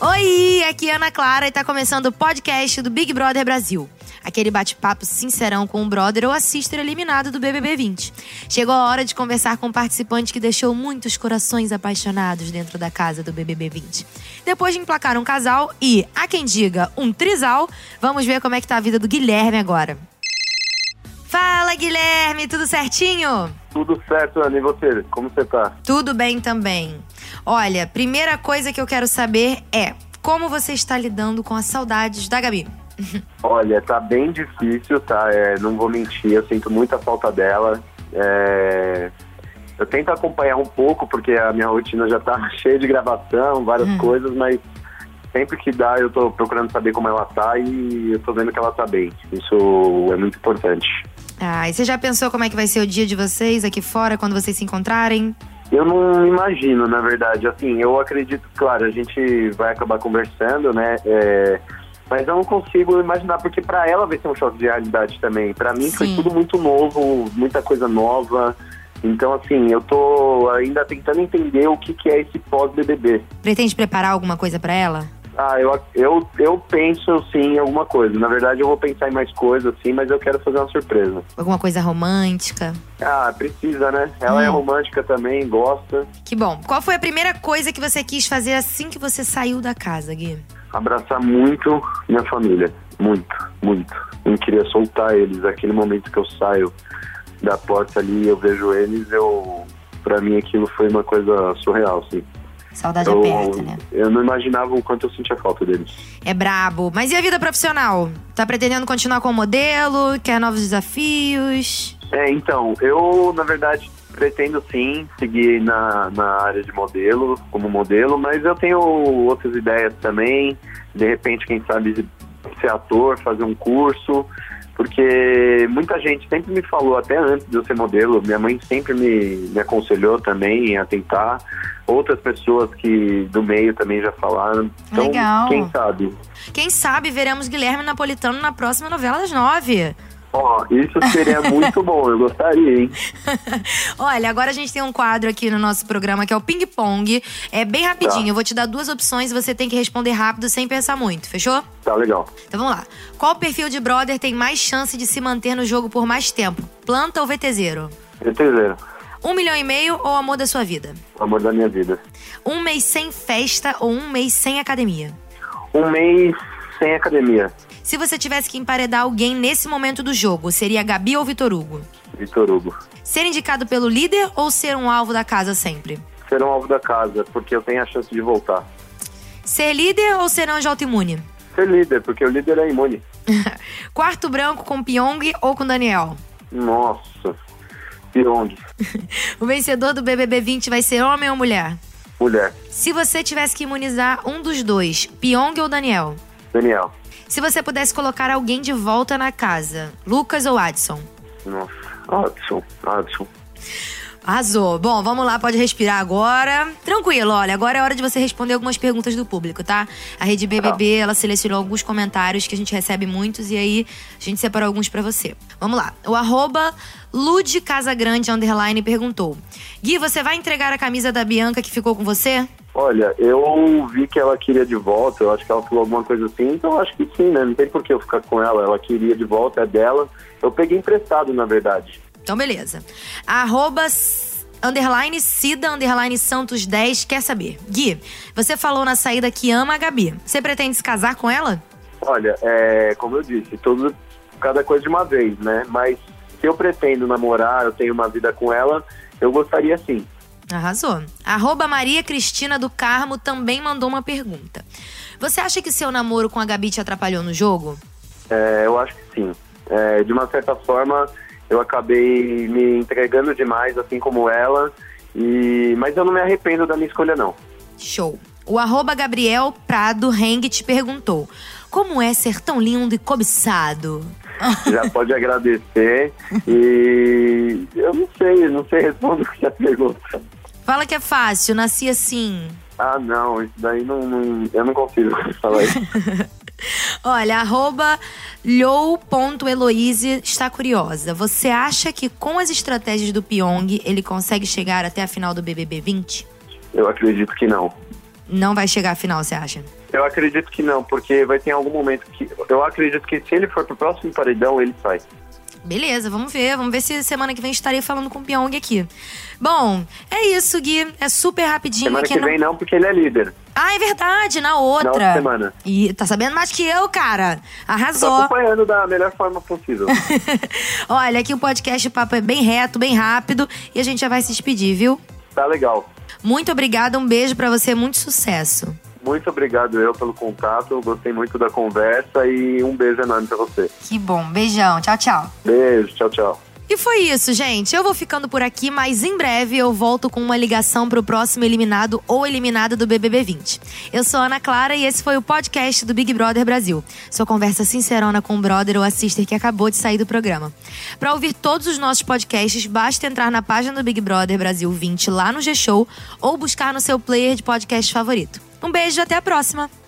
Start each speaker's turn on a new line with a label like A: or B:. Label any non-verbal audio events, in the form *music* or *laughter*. A: Oi, aqui é Ana Clara e tá começando o podcast do Big Brother Brasil. Aquele bate-papo sincerão com o brother ou a sister eliminado do BBB 20. Chegou a hora de conversar com um participante que deixou muitos corações apaixonados dentro da casa do BBB 20. Depois de emplacar um casal e, a quem diga, um trisal, vamos ver como é que tá a vida do Guilherme agora. Fala, Guilherme, tudo certinho?
B: Tudo certo, Ana. E você? Como você tá?
A: Tudo bem também. Olha, primeira coisa que eu quero saber é como você está lidando com as saudades da Gabi.
B: Olha, tá bem difícil, tá? É, não vou mentir, eu sinto muita falta dela. É, Eu tento acompanhar um pouco, porque a minha rotina já tá *laughs* cheia de gravação, várias coisas, mas sempre que dá eu tô procurando saber como ela tá e eu tô vendo que ela tá bem. Isso é muito importante.
A: Ah, e você já pensou como é que vai ser o dia de vocês aqui fora quando vocês se encontrarem?
B: Eu não imagino, na verdade. Assim, eu acredito, claro, a gente vai acabar conversando, né? É, mas eu não consigo imaginar, porque pra ela vai ser um choque de realidade também. Pra mim foi
A: Sim.
B: tudo muito novo, muita coisa nova. Então, assim, eu tô ainda tentando entender o que, que é esse pós-BBB.
A: Pretende preparar alguma coisa pra ela?
B: Ah, eu, eu, eu penso, sim, em alguma coisa. Na verdade, eu vou pensar em mais coisas, assim, mas eu quero fazer uma surpresa.
A: Alguma coisa romântica?
B: Ah, precisa, né? Ela é
A: Hum.
B: romântica também, gosta.
A: Que bom. Qual foi a primeira coisa que você quis fazer assim que você saiu da casa, Gui?
B: abraçar muito minha família. Muito, muito. Eu não queria soltar eles. Aquele momento que eu saio da porta ali, eu vejo eles, eu. Pra mim aquilo foi uma coisa surreal, assim.
A: Saudade
B: Eu,
A: aperta, né?
B: eu não imaginava o quanto eu sentia falta deles.
A: É brabo. Mas e a vida profissional? Tá pretendendo continuar como modelo? Quer novos desafios?
B: É, então, eu, na verdade, pretendo sim seguir na, na área de modelo, como modelo, mas eu tenho outras ideias também. De repente, quem sabe ser ator, fazer um curso, porque muita gente sempre me falou, até antes de eu ser modelo, minha mãe sempre me, me aconselhou também a tentar. Outras pessoas que do meio também já falaram. Então,
A: Legal.
B: quem sabe?
A: Quem sabe veremos Guilherme Napolitano na próxima novela das nove.
B: Ó, isso seria muito bom, eu gostaria, hein?
A: Olha, agora a gente tem um quadro aqui no nosso programa que é o Ping Pong. É bem rapidinho, eu vou te dar duas opções e você tem que responder rápido sem pensar muito, fechou?
B: Tá legal.
A: Então vamos lá. Qual perfil de brother tem mais chance de se manter no jogo por mais tempo? Planta ou VTZero?
B: Certeza.
A: Um milhão e meio ou amor da sua vida?
B: O amor da minha vida.
A: Um mês sem festa ou um mês sem academia?
B: Um mês sem academia,
A: Se você tivesse que emparedar alguém nesse momento do jogo, seria Gabi ou Vitor Hugo?
B: Vitor Hugo.
A: Ser indicado pelo líder ou ser um alvo da casa sempre?
B: Ser um alvo da casa, porque eu tenho a chance de voltar.
A: Ser líder ou ser anjo autoimune?
B: Ser líder, porque o líder é imune.
A: Quarto branco com Pyong ou com Daniel?
B: Nossa. Pyong,
A: O vencedor do BBB 20 vai ser homem ou mulher?
B: mulher.
A: Se você tivesse que imunizar um dos dois, Pyong ou Daniel?
B: Daniel.
A: Se você pudesse colocar alguém de volta na casa, Lucas ou Adson?
B: Nossa. Adson, Adson.
A: Arrasou. Bom, vamos lá, pode respirar agora. Tranquilo, olha, agora é hora de você responder algumas perguntas do público, tá? A Rede BBB, ela selecionou alguns comentários que a gente recebe muitos e aí a gente separou alguns pra você. Vamos lá. O arroba Lude Casagrande underline perguntou: Gui, você vai entregar a camisa da Bianca que ficou com você?
B: Olha, eu vi que ela queria de volta, eu acho que ela falou alguma coisa assim, então eu acho que sim, né? Não tem por que eu ficar com ela. Ela queria de volta, é dela. Eu peguei emprestado, na verdade.
A: Então, beleza. Arroba s- underline Cida underline Santos 10 quer saber. Gui, você falou na saída que ama a Gabi. Você pretende se casar com ela?
B: Olha, é, como eu disse, tudo, cada coisa de uma vez, né? Mas se eu pretendo namorar, eu tenho uma vida com ela, eu gostaria sim.
A: Arrasou. Arroba Maria Cristina do Carmo também mandou uma pergunta. Você acha que seu namoro com a Gabi te atrapalhou no jogo?
B: É, eu acho que sim. É, de uma certa forma, eu acabei me entregando demais, assim como ela. E, mas eu não me arrependo da minha escolha, não.
A: Show. O arroba Gabriel Prado Heng te perguntou: Como é ser tão lindo e cobiçado?
B: Já pode agradecer. E eu não sei, não sei responder essa pergunta.
A: Fala que é fácil, nasci assim.
B: Ah, não, isso daí não, não- eu não consigo falar isso.
A: Olha, arroba Lhou.Heloise está curiosa. Você acha que com as estratégias do Pyong ele consegue chegar até a final do BBB 20?
B: Eu acredito que não.
A: Não vai chegar à final, você acha?
B: Eu acredito que não, porque vai ter algum momento que. Eu acredito que se ele for pro próximo paredão, ele sai.
A: Beleza, vamos ver. Vamos ver se semana que vem estarei falando com o Pyong aqui. Bom, é isso, Gui. É super rapidinho.
B: Semana
A: aqui
B: que
A: não-
B: vem não, porque ele é líder.
A: Ah, é verdade, na
B: Na
A: outra.
B: outra semana.
A: E tá sabendo mais que eu, cara.
B: Tô
A: Arrasou.
B: acompanhando da melhor
A: *laughs*
B: forma possível.
A: Olha, aqui o podcast o papo é bem reto, bem rápido e a gente já vai se despedir, viu?
B: tá legal.
A: Muito obrigada, um beijo pra você, muito sucesso.
B: Muito obrigado eu pelo contato, gostei muito da conversa e um beijo enorme pra você.
A: Que bom, beijão, tchau, tchau.
B: Beijo, tchau, tchau.
A: E foi isso, gente. Eu vou ficando por aqui, mas em breve eu volto com uma ligação pro próximo eliminado ou eliminada do BBB 20. Eu sou Ana Clara e esse foi o podcast do Big Brother Brasil. Sua conversa sincerona com o brother ou a sister que acabou de sair do programa. Para ouvir todos os nossos podcasts, basta entrar na página do Big Brother Brasil 20 lá no G-Show ou buscar no seu player de podcast favorito. Um beijo e até a próxima!